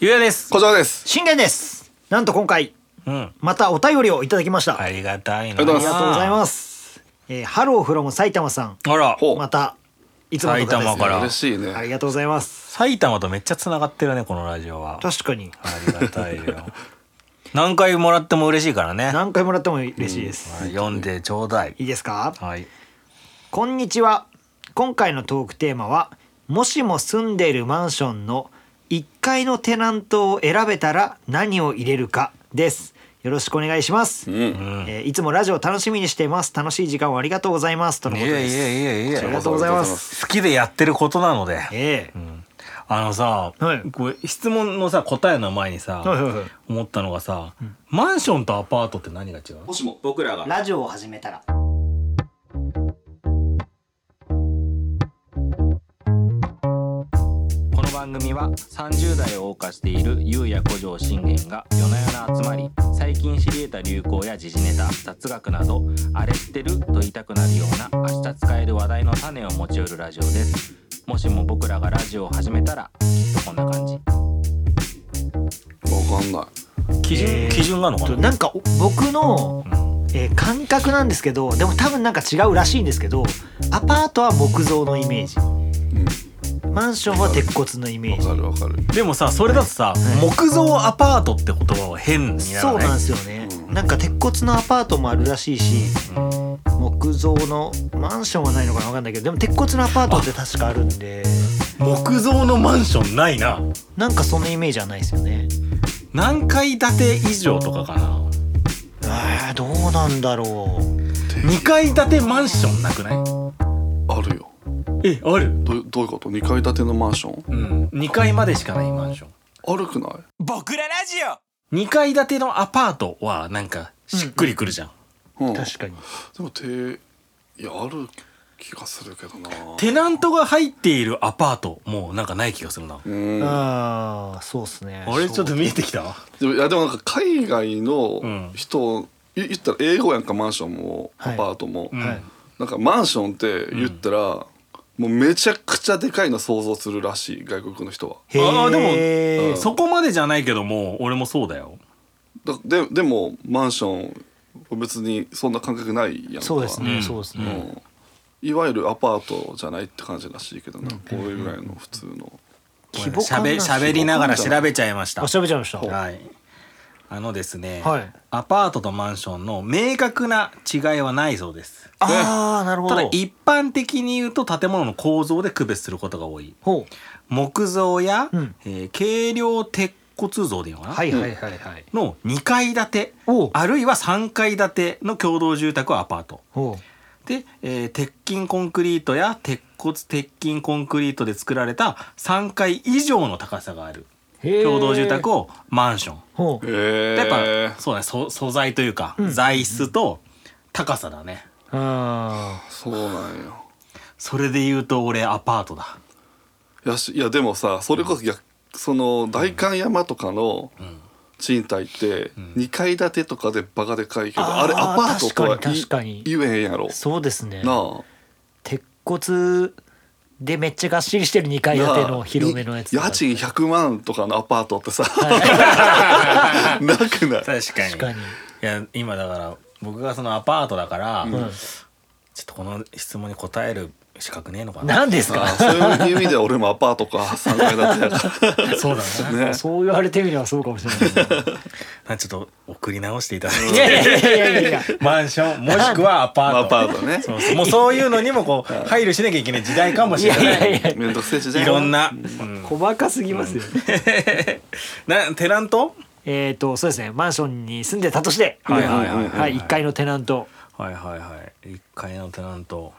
ゆうやです。こちらです。信玄ですなんと今回うん。またお便りをいただきました、ありがたいな。ありがとうあごりがとうございます、えー、ハローフロム埼玉さんあら、ほうまたいつもの方です、ね、埼玉から嬉しいね。ありがとうございます埼玉とめっちゃ繋がってるね、このラジオは。確かにありがたいよ。何回もらっても嬉しいからね。何回もらっても嬉しいです、はい読んでちょうだい。いいですかはい。こんにちは今回のトークテーマはもしも住んでいるマンションの1階のテナントを選べたら何を入れるかですよろしくお願いします、う。うんん。いえーいつもラジオ楽しみにしています楽しい時間をありがとうございますとのことえでいすえいえいありえありが。とうございまがとうございま好すきでやってることなので。ええうんあのさ、はいこれ質問のさ答えの前にさ、はいはいはい思ったのがさ、マンションとアパートって何が違うもしも僕らがラジオを始めたらこの番組は30代を謳歌しているゆうや古城信玄が夜な夜な集まり最近知り得た流行や時事ネタ雑学などあれ知ってると言いたくなるような明日使える話題の種を持ち寄るラジオですもしも僕らがラジオを始めたらきっとこんな感じわかんない。基準、えー基準があるのかな、なんかお僕の、うんえー感覚なんですけどでも多分なんか違うらしいんですけどアパートは木造のイメージマンションは鉄骨のイメわージかるわかる。でもさそれだとさ、木造アパートって言葉は変にならそうないなんですよね、うんなんか鉄骨のアパートもあるらしいし、木造のマンションはないのかなわかんないけどでも鉄骨のアパートって確かあるんで木造のマンションないななんかそのイメージはないですよね何階建て以上とかかなえー、どうなんだろう2階建てマンションなくないあるよ。えあるどうどういうこと？二階建てのマンション？うん2階までしかないマンション悪くない？僕らラジオ2階建てのアパートはなんかしっくりくるじゃん、うん。で確かにもていやある気がするけどな。テナントが入っているアパートもうなんかない気がするなうん。ああそうっすねあれちょっと見えてきたでもいやでもなんか海外うのん人、い言ったら英語やんかマンションもアはいパートも、うんはいなんかマンションって言ったら、もうめちゃくちゃでかいの想像するらしい外国の人は。へーあーでもうんそこまでじゃないけども俺もそうだよだででもマンション別にそんな感覚ないやんかそうですね、うんそうですうね、んいわゆるアパートじゃないって感じらしいけどな、これぐらいの普通の、規模しゃ感がべしゃべりながら調べちゃいましたあ調べちゃいましたはいあのですね、はいアパートとマンションの明確な違いはないそうですああなるほただど一般的に言うと建物の構造で区別することが多いほ木造や、うんえー軽量鉄骨造でいいのかうな、はいはいはいはいの2階建ておうあるいは3階建ての共同住宅はアパートほで、えー鉄筋コンクリートや鉄骨鉄筋コンクリートで作られた3階以上の高さがあるうへー共同住宅をマンションほうえやっぱそうだねそ素材というか、うん材質と高さだねあそうなんよそれで言うと俺アパートだいやしいやでもさそれこそ逆その代官山とかの賃貸って2階建てとかでバカでかいけど、あーあれアパートとは確かに確かにい言えへんやろーそうですねなあ鉄骨でめっちゃがっしりしてる2階建ての広めのやつなあに家賃100万とかのアパートってさ、 なくない確かに確かにいや今だから僕がそのアパートだから、うちょんっとこの質問に答える資格ねえのかな何ですあかそういう意味では俺もアパートか3階建てやかそうだね らねそう言われてみればそうかもしれないですねなちょっと送り直していただい いてやい やいやいやいやマンションもしくはアパートアパートねそうそうもうそういうのにもこう配慮しなきゃいけない時代かもしれないいやいやいやめんどくせえ時代いだろんな、うん細かすぎますよねなテナントえっとそうですねマンションに住んでたとしてはいはいはいはいはい1階のテナントはいはいはい1階のテナント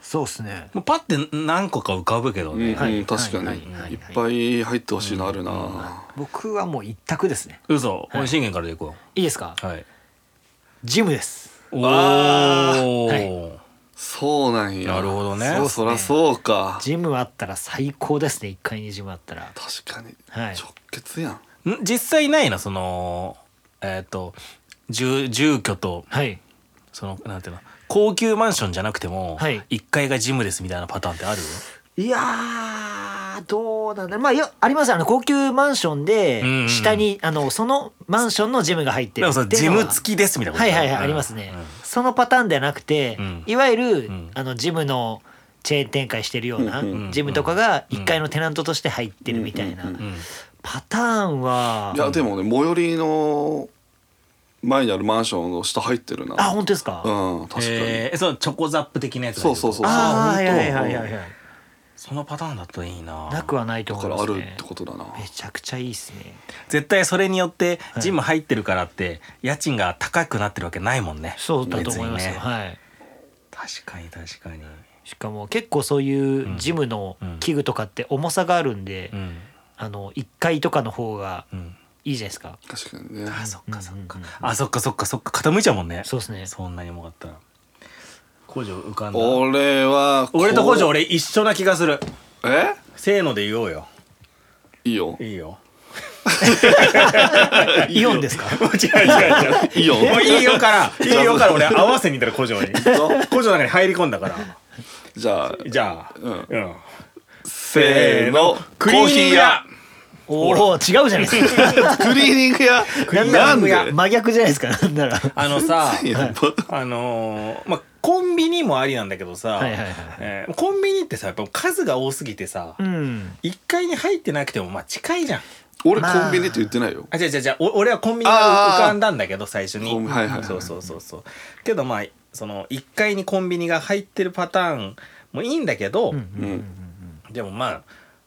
そうですねもうパッて何個か浮かぶけどうんね、はいうん確かはいにはいいっぱい入ってほしいのあるな僕はもう一択ですね嘘俺信玄からでいこいいですかうはいジムですおお、そうなんやなるほどねそうそらそうかジムあったら最高ですね1階にジムあったら確かにはい直結やんん実際ないなそのえっ、と住住居とはいそのなんていうの高級マンションじゃなくても、はい1階がジムですみたいなパターンってあるいやーどうそうだねまあよありますよあの高級マンションでうんうん下に、あのそのマンションのジムが入ってでるもっていさうジムき付きですみたいなことはいはいはい、うんありますね、うんそのパターンではなくて、うんいわゆる、んあのジムのチェーン展開してるような、うんうんうんジムとかが1階のテナントとして入ってるみたいな、うんうんうんうんパターンはいやでもね最寄りの前にあるマンションの下入ってるなあ本当ですか、うん確かに、えーそのチョコザップ的なやつだけどそうそうそうあああはーい本は当いはいはいはいそのパターンだといいななくはないとだ思かいまらあするねってことだなめちゃくちゃいいですね絶対それによっていジム入ってるからって家賃が高くなってるわけないもんねそうだと思いますよ、別にねはい確かに確かにしかも結構そういうジムの器具とかって重さがあるんで、うんあの1階とかの方がうんいいじゃないですか、確かにねあそっかそっかうんうんうんあそっかそっかそっか傾いちゃうもんねそうですねそんなに重かったら工場浮かんだ俺はこう俺と工場俺一緒な気がするえせーので言おうよいいよいいよイオ ンですか 違う違う違うい いよもういいよからいいよから俺合わせにいたら工場に工場の中に入り込んだからじゃあじゃあうんうんせーのクリーニング屋おお違うじゃないですかコーヒー屋 クリーニング屋なんななんでら真逆じゃないですかなんならはあのさやばあのーまあコンビニもありなんだけどさ、いはいはいえーコンビニってさやっぱ数が多すぎてさ、うん一階に入ってなくてもまあ近いじゃん俺コンビニって言ってないよあ違う違う違うお俺はコンビニが浮かんだんだけど最初に、コンビはいはいはいそうそうそうそうけどまあその一階にコンビニが入ってるパターンもいいんだけど、うんううんんでもまあ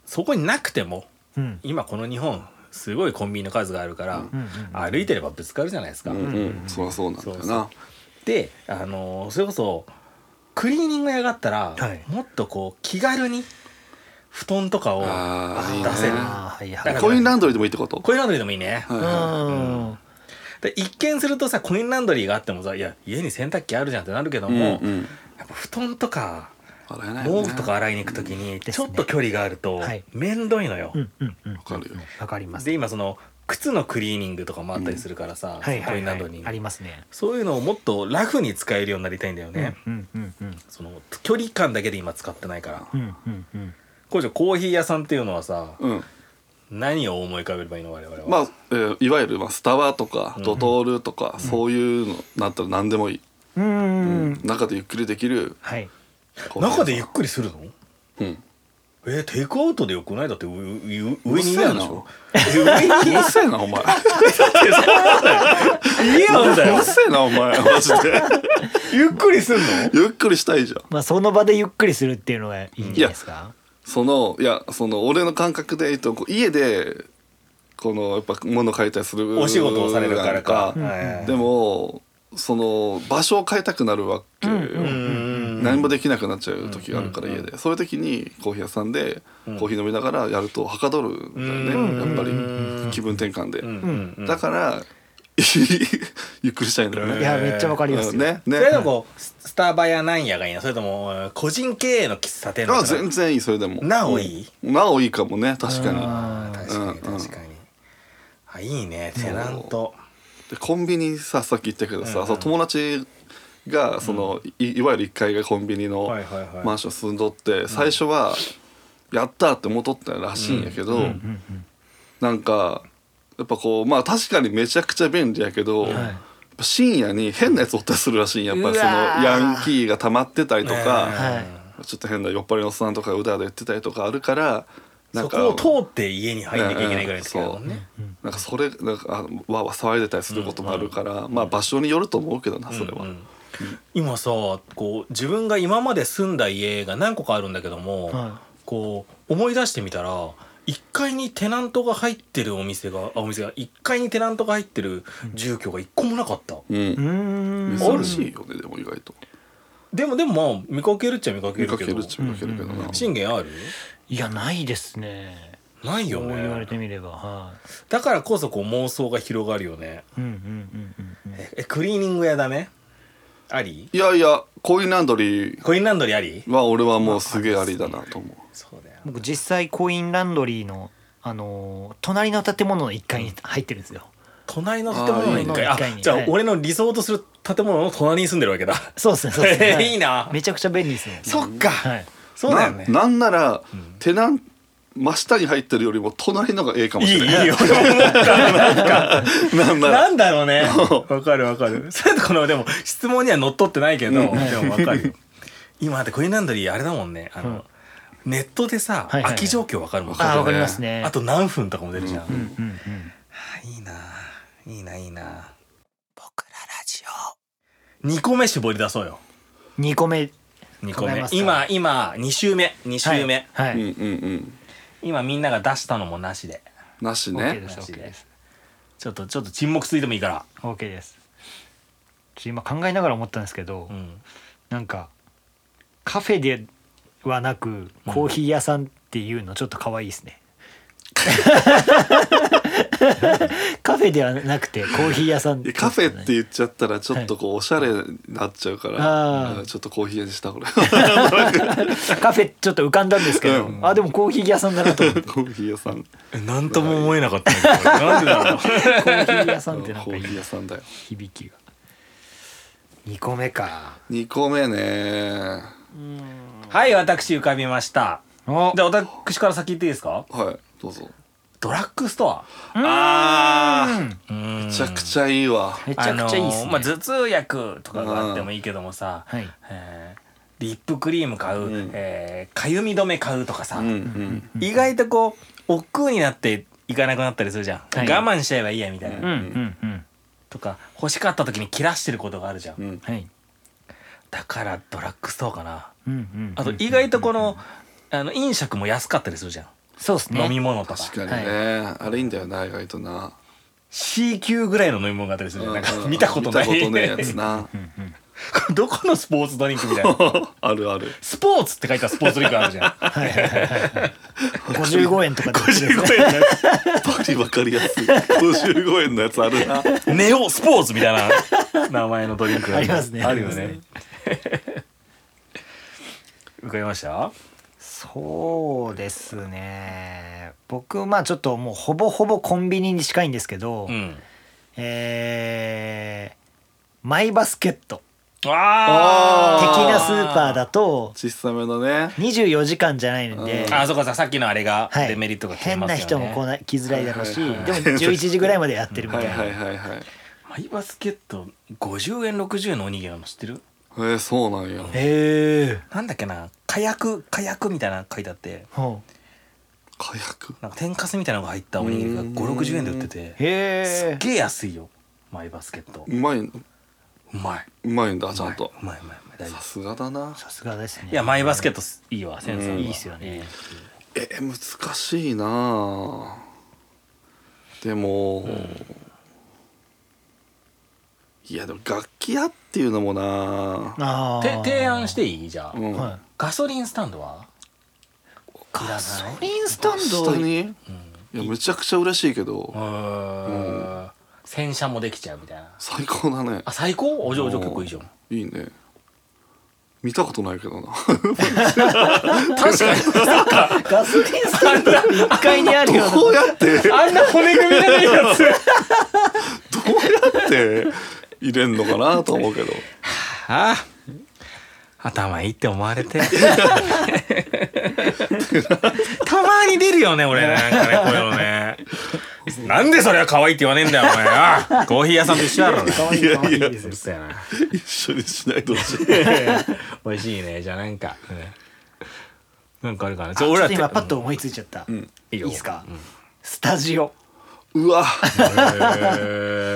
そこになくてもうん今この日本すごいコンビニの数があるから、うんうん歩いてればぶつかるじゃないですか、うんうんそりゃそうなんだよそうそなで、あのーそれこそクリーニング屋があったら、はいもっとこう気軽に布団とかをあーいい出せるあーはいはだいかコインランドリーでもいいってことコインランドリーでもいいね、はいはうんで一見するとさコインランドリーがあってもさいや家に洗濯機あるじゃんってなるけどいも、うんうんやっぱ布団とか洗えないよ毛ね布とか洗いに行く時にですねちょっと距離があるとはい面倒いのよ、うんうんうんわかるよわかりますで今その靴のクリーニングとかもあったりするからさ、はいはコイいンはランドリーいにありますねそういうのをもっとラフに使えるようになりたいんだよね、うんうんうんその距離感だけで今使ってないからうんうんうん工場コーヒー屋さんっていうのはさうん何を思い浮かべればいいの我々は、まあえーいわゆるまあスタバとかドトールとかそういうのなったら何でもいいうん中でゆっくりできるはいコーヒー屋さ中んでゆっくりするのうんえー、テイクアウトでよくないだってううう上にいないでしょ えうるせえな お前家なんだ うよるせえなお前マ ジでゆっくりすんのゆっくりしたいじゃんまあその場でゆっくりするっていうのがいいんじゃないですかそのいやその俺の感覚で言うとこう家でこのやっぱ物を買いたりするお仕事をされるからか、なんはいでもその場所を変えたくなるわけよ、うーん何もできなくなっちゃう時があるから家で、そういう時にコーヒー屋さんでコーヒー飲みながらやるとはかどるんだよね、やっぱり気分転換で、うんうんうんだから ゆっくりしたいんだよねいやめっちゃわかりまうすんよねねそれでもこうススタバやなんやがいいのそれともえー個人経営の喫茶店とかあ全然いいそれでもなおいいなおいいかもね確かにあー確かにうんうん確かに、あいいねテナントでコンビニささっき言ったけどさ、うんうんその友達がその、いいわゆる1階がコンビニのはいはいはいマンション住んどって、最初は「やった!」って思っとったらしいんやけど、なんかやっぱこうまあ確かにめちゃくちゃ便利やけど。やっぱ深夜に変なやつおったりするらしいんややっぱりそのうわーヤンキーが溜まってたりとか、はいちょっと変な酔っ払いのおっさんとかがうだうだ言ってたりとかあるからなんそかこを通って家に入んなきゃいけないぐらいですけどうんうんねなんかそれなんかあわーわー騒いでたりすることもあるから、まあ場所によると思うけどなそれは。うんうん今さこう自分が今まで住んだ家が何個かあるんだけども、はこう思い出してみたら1階にテナントが入ってるお店があお店が1階にテナントが入ってる住居が1個もなかった、うんいうん珍しいよねでも意外とでもでもまあ見かけるっちゃ見かけ見るかけけどるっちゃ見かけるけどな、信玄あるいやないですねないそよう言われねてみればはだからこそこう妄想が広がるよねいうんうんうんうんうんええクリーニング屋だねありいやいやコインランドリーコインランドリーありは俺はもうすげえありだなと思そうだよ僕実際コインランドリーのあのー隣の建物の1階に入ってるんですよ隣の建物の1階ああーいいねじゃあはい俺の理想とする建物の隣に住んでるわけだそうですねそうですねえー はいいなめちゃくちゃ便利ですねそっかはいうんそうだよねななんなら、テナン真下に入ってるよりも隣のがええかもいいしいれいない。よ俺も思ったなんか なんならなんだ ろうねわかるわかるそれとこのでも質問にはのっとってないけど、でもわかるよ今だってコインランドリーあれだもんねあの、うんネットでさ、はいはいはい空き状況わかるもんわあーわかりねますねあと何分とかも出るじゃん、うんうんうんはあいいなあいいないいなあ僕らラジオ2個目絞り出そうよ二個目2個考え目ますか今今2週目2週目、はい、はうんいうんうん。今みんなが出したのもなしでなし OK ねで。す OK ですちょっとちょっと沈黙ついてもいいから、 OK ですちょっと今考えながら思ったんですけど、うん、なんかカフェではなくコーヒー屋さんっていうのちょっと可愛いです ね、カフェではなくてコーヒー屋さんいやカフェってう言っちゃったらちょっとこうおしゃれになっちゃうから、あーうんちょっとコーヒー屋にしたこれカフェちょっと浮かんだんですけど、うんあでもコーヒー屋さんだなと 思ってココーヒー屋さんコえなんとも思えなかったんだけどなんでだろうーヒー屋さんっーヒてなんかいいー屋さんだよ響きが2個目か2個目ねはい私浮かびましたおじゃあ私から先言っていいですかはいどうぞドラッグストアあーめめちゃくちゃいいわ、めちゃくちゃいいっすね、まあ、頭痛薬とかがあってもいいけどもさ、はいえーリップクリーム買う、うんえーかゆみ止め買うとかさ、うんうん意外とこう億劫になっていかなくなったりするじゃん、はい我慢しちゃえばいいやみたいな、ううんうんうんとか欲しかった時に切らしてることがあるじゃん、うんはいだからドラッグストアかなうんうんあと意外とこの,、あの飲食も安かったりするじゃん、そうですね飲み物とか確かにね、あれいいんだよな意外とな C 級ぐらいの飲み物があったりするじゃんなんうかん見たことない見たことねえやつな うんうん どこのスポーツドリンクみたいなあるあるスポーツって書いたスポーツドリンクあるじゃんはいはいはいはい55円とかで売ってるやつねバリわかりやすい55円のやつあるなネオスポーツみたいな名前のドリンクがありますねあるよありね。浮かびました。そうですね僕まあちょっともうほぼほぼコンビニに近いんですけど、うん。えーマイバスケットあ的ーなスーパー。だと小さめのね24時間じゃないので、うんあー、そうかさ、さっきのあれがはいデメリットが消え変ますなよね。人も来ない来づらいだろうし、はいはいはいでも11時ぐらいまでやってるみはたいいな、はいはいはいマイバスケット五十円六十円のおにぎりあるの知ってる？えー、そうなんやへえなんだっけな、火薬火薬みたいなの書いてあって、ほ火薬なんか天かすみたいなのが入ったおにぎりが五六十円で売ってうて、すへっげえ安いよ。マイバスケット。うまいうまい。うまいんだちゃんとうまいうまいうまい大丈さ夫。すがだなさすがですねいやマイバスケットすいいわセンサーはうんいいっすよねえええー難しいなでも、いやでも楽器屋っていうのもなあてー提案していいじゃあ、うん、は、ガソリンスタンドはいガソいらないリンスタンド下にいやめちゃくちゃ嬉しいけど、うーん洗車もできちゃうみたいな最高だねあ最高お嬢嬢結構いいじゃんいいね見たことないけどな確かに ガソリンスタンド1階にあるようなどうやってどうやあんな骨組みじゃないやつって入れんのかなと思うけどああ頭いいって思わ れてたまに出るよね俺なんかねこういうのねなんでそれは可愛いって言わねえんだよお前あコーヒー屋さんと一緒だろうね可愛いいや可愛いいやですうるよせえな 一緒にしないでほしい美味しいねじゃあなんか、うんなんかあるかなあちょっと今てパッと思いついちゃった、いいよですか、スタジオうわへ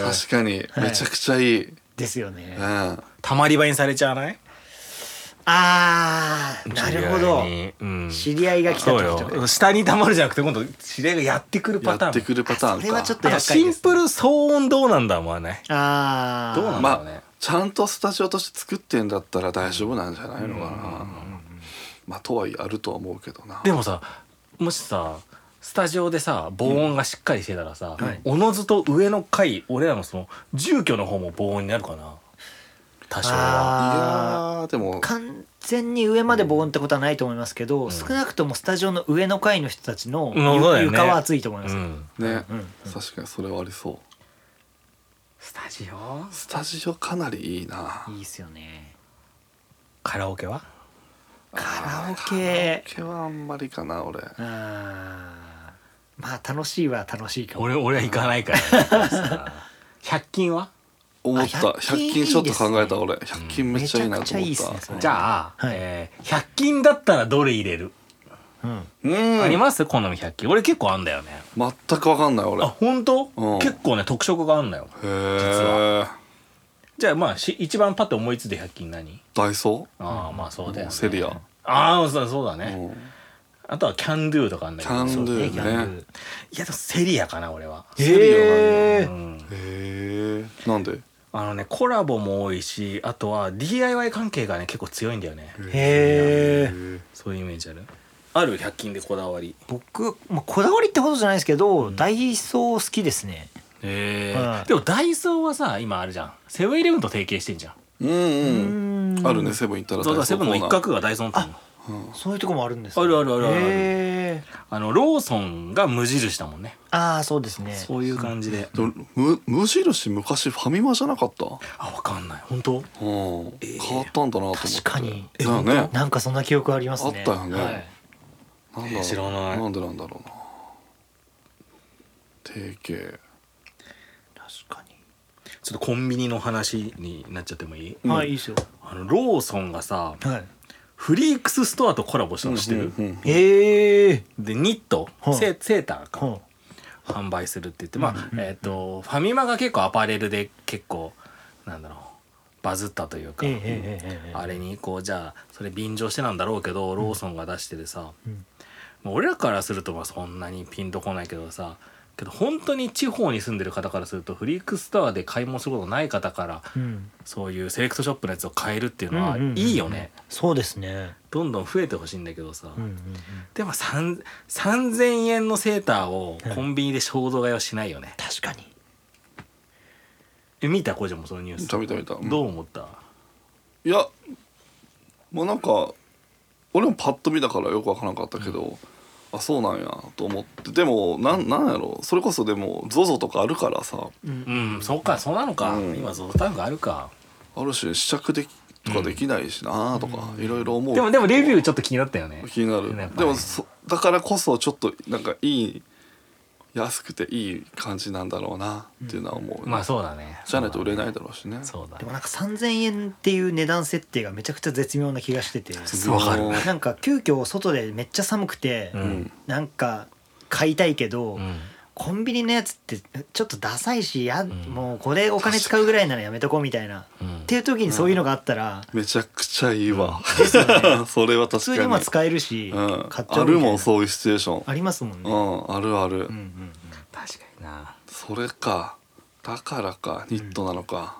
ー確かにめちゃくちゃいい、ですよね、うんたまり場にされちゃわないあーなるほど知り合いにうん知り合いが来たそう時とかよ下にたまるじゃなくて今度知り合いがやってくるやパターンってくるパターンかそれはちょっとあやとっかいシでンすプル騒音どうなんだ思わないあーどうなんだろまうあねちゃんとスタジオとして作ってんだったら大丈夫なんじゃないのかな、まあとはいえあるとは思うけどなでもさもしさスタジオでさ防音がしっかりしてたらさはいおのずと上の階俺らのその住居の方も防音になるかな多少は。いあーやーでも完全に上まで防音ってことはないと思いますけど、少なくともスタジオの上の階の人たちのうんそうだよね床は熱いと思いまうす、んね、うんうん確かにそれはありそうスタジオスタジオかなりいいないいっすよねカラオケはカラオケ毛はあんまりかな俺あーまあ楽しいは楽しいかも俺俺は行かないから さ100均は思った100 100均ちょっと考えた俺100均めっちゃいいなと思めちゃくちゃいいっっすねたそれじゃあ、はいえー100均だったらどれ入れる、うんうんあります好み100均俺結構あんだよね全くわかんない俺あへ本当、うん結構ね特色があんだよえじゃあまあし一番パッと思いついて100均何ダイソああまあそうだよ、ーね、セリアああそうそうだうね、んあとはキャンドゥとかあんだけどキャンドゥそうねキャンドゥいやでもセリアかな俺は、へえうんへえなんであのねコラボも多いしあとは DIY 関係がね結構強いんだよねへええそういうイメージあるある100均でこだわり僕、まあ、こだわりってほどじゃないですけど、ダイソー好きですねえはいでもダイソーはさ今あるじゃんセブンイレブンと提携してんじゃんうんううんんあるねセブン行ったらそうだセブンのダイ一ソーコーナー角がダイソーなのうんそういうとこもあるんですあるあるあるあるへえあのローソンが無印だもんねああそうですねそういう感じででもむ無印昔ファミマじゃなかったうんあわかんない本当変わったんだなと思って確かにだよねなんかそんな記憶ありますねあったよねはいなんだろう知らないなんでなんだろうな提携確かちょっとコンビニの話になっちゃってもいいにはいいいですよあのローソンがさはいフリークスストアとコラボしたの知ってる、うんうんええでニット、はいセセーターか、は販売するって言ってまあ、えっ、とファミマが結構アパレルで結構なんだろうバズったというか、ええええええあれにこうじゃあそれ便乗してなんだろうけどローソンが出しててさ、んもう俺らからするとまあそんなにピンとこないけどさけど本当に地方に住んでる方からするとフリークストアで買い物することない方からうんそういうセレクトショップのやつを買えるっていうのうはんうんうんうんいいよね、そうですねどんどん増えてほしいんだけどさ、うんうんうんでもさん3,000円のセーターをコンビニで衝動買いはしないよね、確かにえ見たこじゃもそのニュース見た見た見たうんどう思ったいやもうなんか俺もパッと見たからよくわからなかったけど、あそうなんやと思ってでもなんなんやろそれこそでも ZOZO とかあるからさうん、そっかそうなのか、うん今ゾウタンクあるかある種試着できとかできないしなとか、いろいろ思うでもでもレビューちょっと気になったよね気になる、やっぱねでもそだからこそちょっとなんかいい安くていい感じなんだろうなっていうのは思う、まあそうだねじゃないと売れないだろうしねそうだでもねなんか3000円っていう値段設定がめちゃくちゃ絶妙な気がしててそうわかるなんか急遽外でめっちゃ寒くて、ううんん、なんか買いたいけど、うんコンビニのやつってちょっとダサいしや、んもうこれお金使うぐらいならやめとこうみたいな、うんっていう時にそういうのがあったら、めちゃくちゃいいわ、 それは確かに普通に今使えるし、うん、買っちゃあうみるたいなもんそういうシチュエーションありますもんね、うんあるある、うんうん確かになそれかだからかニットなのか、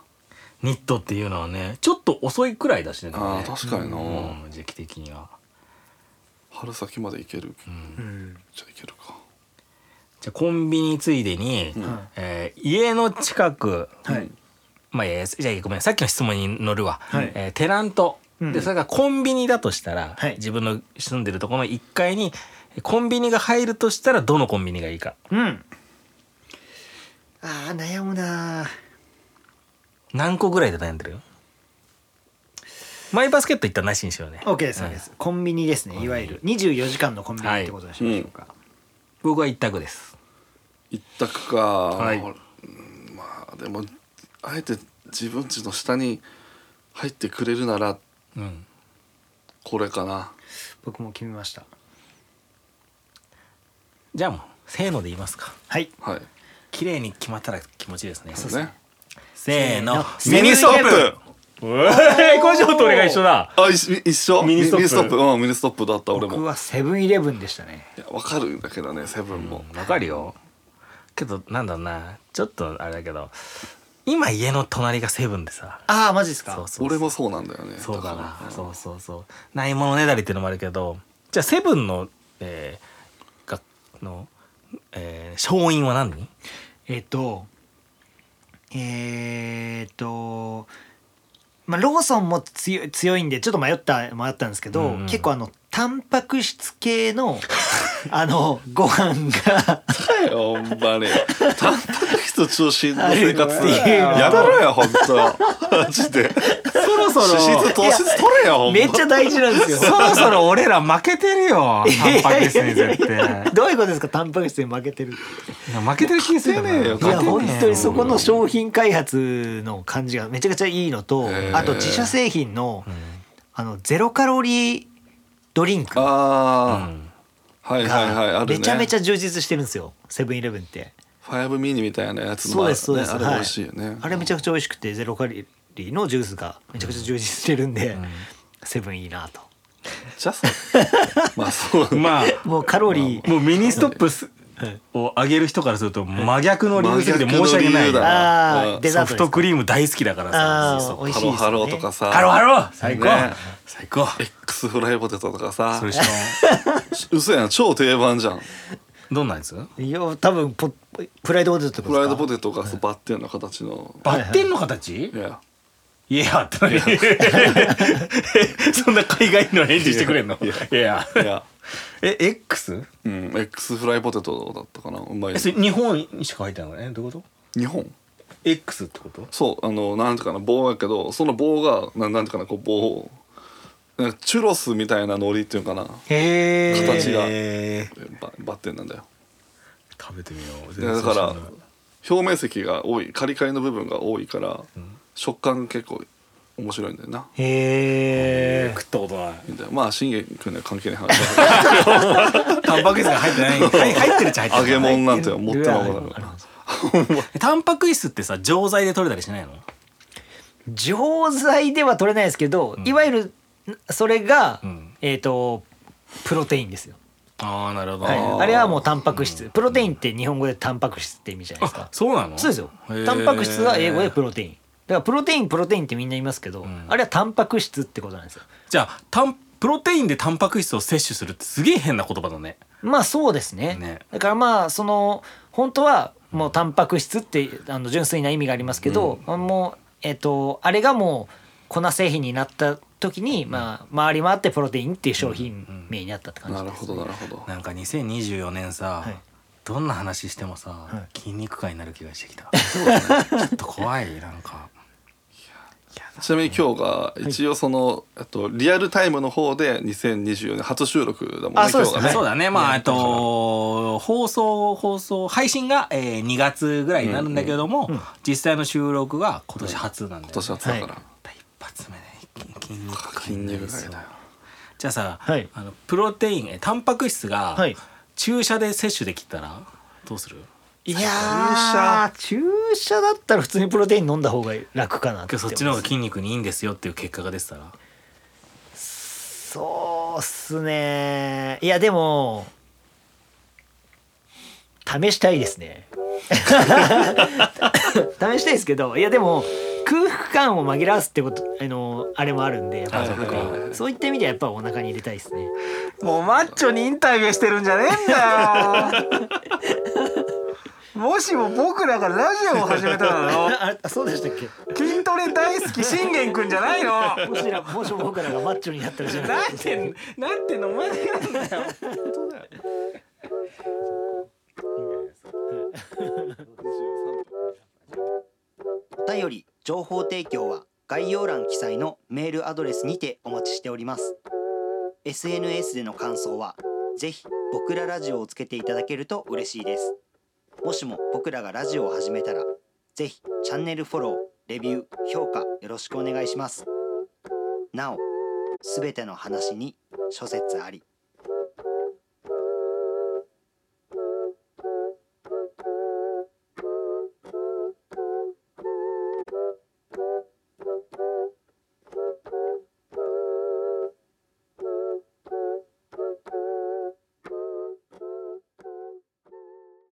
ニットっていうのはねちょっと遅いくらいだしねでもあねあ確かにな、うん時期的には、春先までいける、うんう、んじゃあいけるかじゃあコンビニついでに、うんはえー家の近く、はいまあいやいやじゃあごめんさっきの質問に乗るわ、はいえーテナント、うんでそれがコンビニだとしたら、はい自分の住んでるところの1階にコンビニが入るとしたらどのコンビニがいいかうんあー悩むなー何個ぐらいで悩んでるマイバスケットいったらなしにしようね OK です OK です、コンビニですねいわゆる24時間のコンビニってことにしましょうか、僕は一択です一択か、いうんまあでもあえて自分ちの下に入ってくれるならうんこれかな僕も決めましたじゃあもうせーので言いますかはいはい綺麗に決まったら気持ちいいですねそうねせーのせーのミニストップえー工場と俺が一緒だあ一一緒ミニストップうんミニストップだった俺僕もはセブンイレブンでしたねいやわかるんだけどねセブンも、わかるよけどなんだろうなちょっとあれだけど今家の隣がセブンでさああマジですかそうそう俺もそうなんだよねそうだなからそうそうそうないものねだりっていうのもあるけどじゃあセブンのえー、がのえー、勝因は何えっ、とえっ、とまあローソンも強い強いんでちょっと迷った迷ったんですけど、うんうん結構あのタンパク質系のあのご飯がだよほんまにタンパク人中心の生活あれやめろよ本当マジでそろそ脂質糖質取れよほんめっちまゃ大事なんですよそろそろ俺ら負けてるよタンパク質に絶対どういうことですかタンパク質に負けてる負けてる気するねえよいや勝てねえ本当にそこの商品開発の感じがめちゃくちゃいいのとへえあと自社製品のあのゼロカロリードリンクがああはいはいはいあるねめちゃめちゃ充実してるんですよセブンイレブンってファイブミニみたいなやつそもうあるでねすそうですあれはい美味しいよねあれめちゃくちゃ美味しくてゼロカロリーのジュースがめちゃくちゃ充実してるんでセブンいいなとじゃあさまあそう まあもうカロリーもうミニストップスを上げる人からすると真逆の理由すぎて申し訳な真逆の理由だいあうーんデソザートフでトすかクリーム大好きだからあさー美味しハロいですよねハロとかさハローハロー最高ね最高 X フライポテトとかさそれしかも嘘やん超定番じゃんどんなやついや多分ポフライドポテトってこフとライでドすかポテトがそうバッテンの形のバッテンの形いやいやって何そんな海外の返事してくれんのいやい やえ X? うん X フライポテトだったかなうまいえそれ日本にしか入ってないのねどういうこと日本 X ってことそうあのなんていうかな棒やけどその棒がななんていうかなこう棒をなんかチュロスみたいな海苔っていうのかなへー形がえーババッテンなんだよ食べてみよういやだから表面積が多いカリカリの部分が多いから、食感が結構面白いんだよなへえ食ったことないみたいなまあ信玄君には関係ない話だタンパク質が入って ないはい入ってるっちゃ入っけ どて揚るげ物なんて持ってなかったタンパク質ってさ錠剤で取れたりしないの錠剤では取れないですけど、いわゆるそれが、んえっ、とプロテインですよ、ああなるほど、はい、あれはもうタンパク質、プロテインって日本語でタンパク質って意味じゃないですかあそうなのそうですよタンパク質は英語でプロテインだからプロテインプロテインってみんな言いますけど、んあれはタンパク質ってことなんですよじゃあタンプロテインでタンパク質を摂取するってすげえ変な言葉だねまあそうですねねだからまあその本当はもうタンパク質ってあの純粋な意味がありますけど、もうえっ、とあれがもう粉製品になった時に、まあ回り回ってプロテインっていう商品名になったって感なじるです、ほどなるほどなんか2024年さ、はいどんな話してもさ、い筋肉界になる気がしてき た、ちょっと怖いなんかちなみに今日が一応その、えっと、リアルタイムの方で2024年初収録だもんねあそう今で日がねすはいそうだねまあえっと放送放送配信が、えー、2月ぐらいになるんだけれども、実際の収録が今年初なんだよ、ね今年初だから、はた一発目で筋肉界筋にな肉り界そうだよじゃあさ、はいあのプロテインえタンパク質が、はい注射で摂取できたらどうするいやー注射だったら普通にプロテイン飲んだ方が楽かなって今日そっちの方が筋肉にいいんですよっていう結果が出てたらそうっすねいやでも試したいです ね試したいですけどいやでも空腹感を紛らわすってことあのあれもあるんでやっぱはいはいはいはいそういった意味ではやっぱお腹に入れたいですねもうマッチョにインタビューしてるんじゃねえんだよもしも僕らがラジオを始めたらのああそうでしたっけ筋トレ大好き信玄くんじゃないのもしらもしも僕らがマッチョになったらじゃないなんてなんて飲まれるんだよお便り情報提供は概要欄記載のメールアドレスにてお待ちしております SNS での感想はぜひ僕らラジオをつけていただけると嬉しいですもしも僕らがラジオを始めたらぜひチャンネルフォローレビュー評価よろしくお願いしますなおすべての話に諸説あり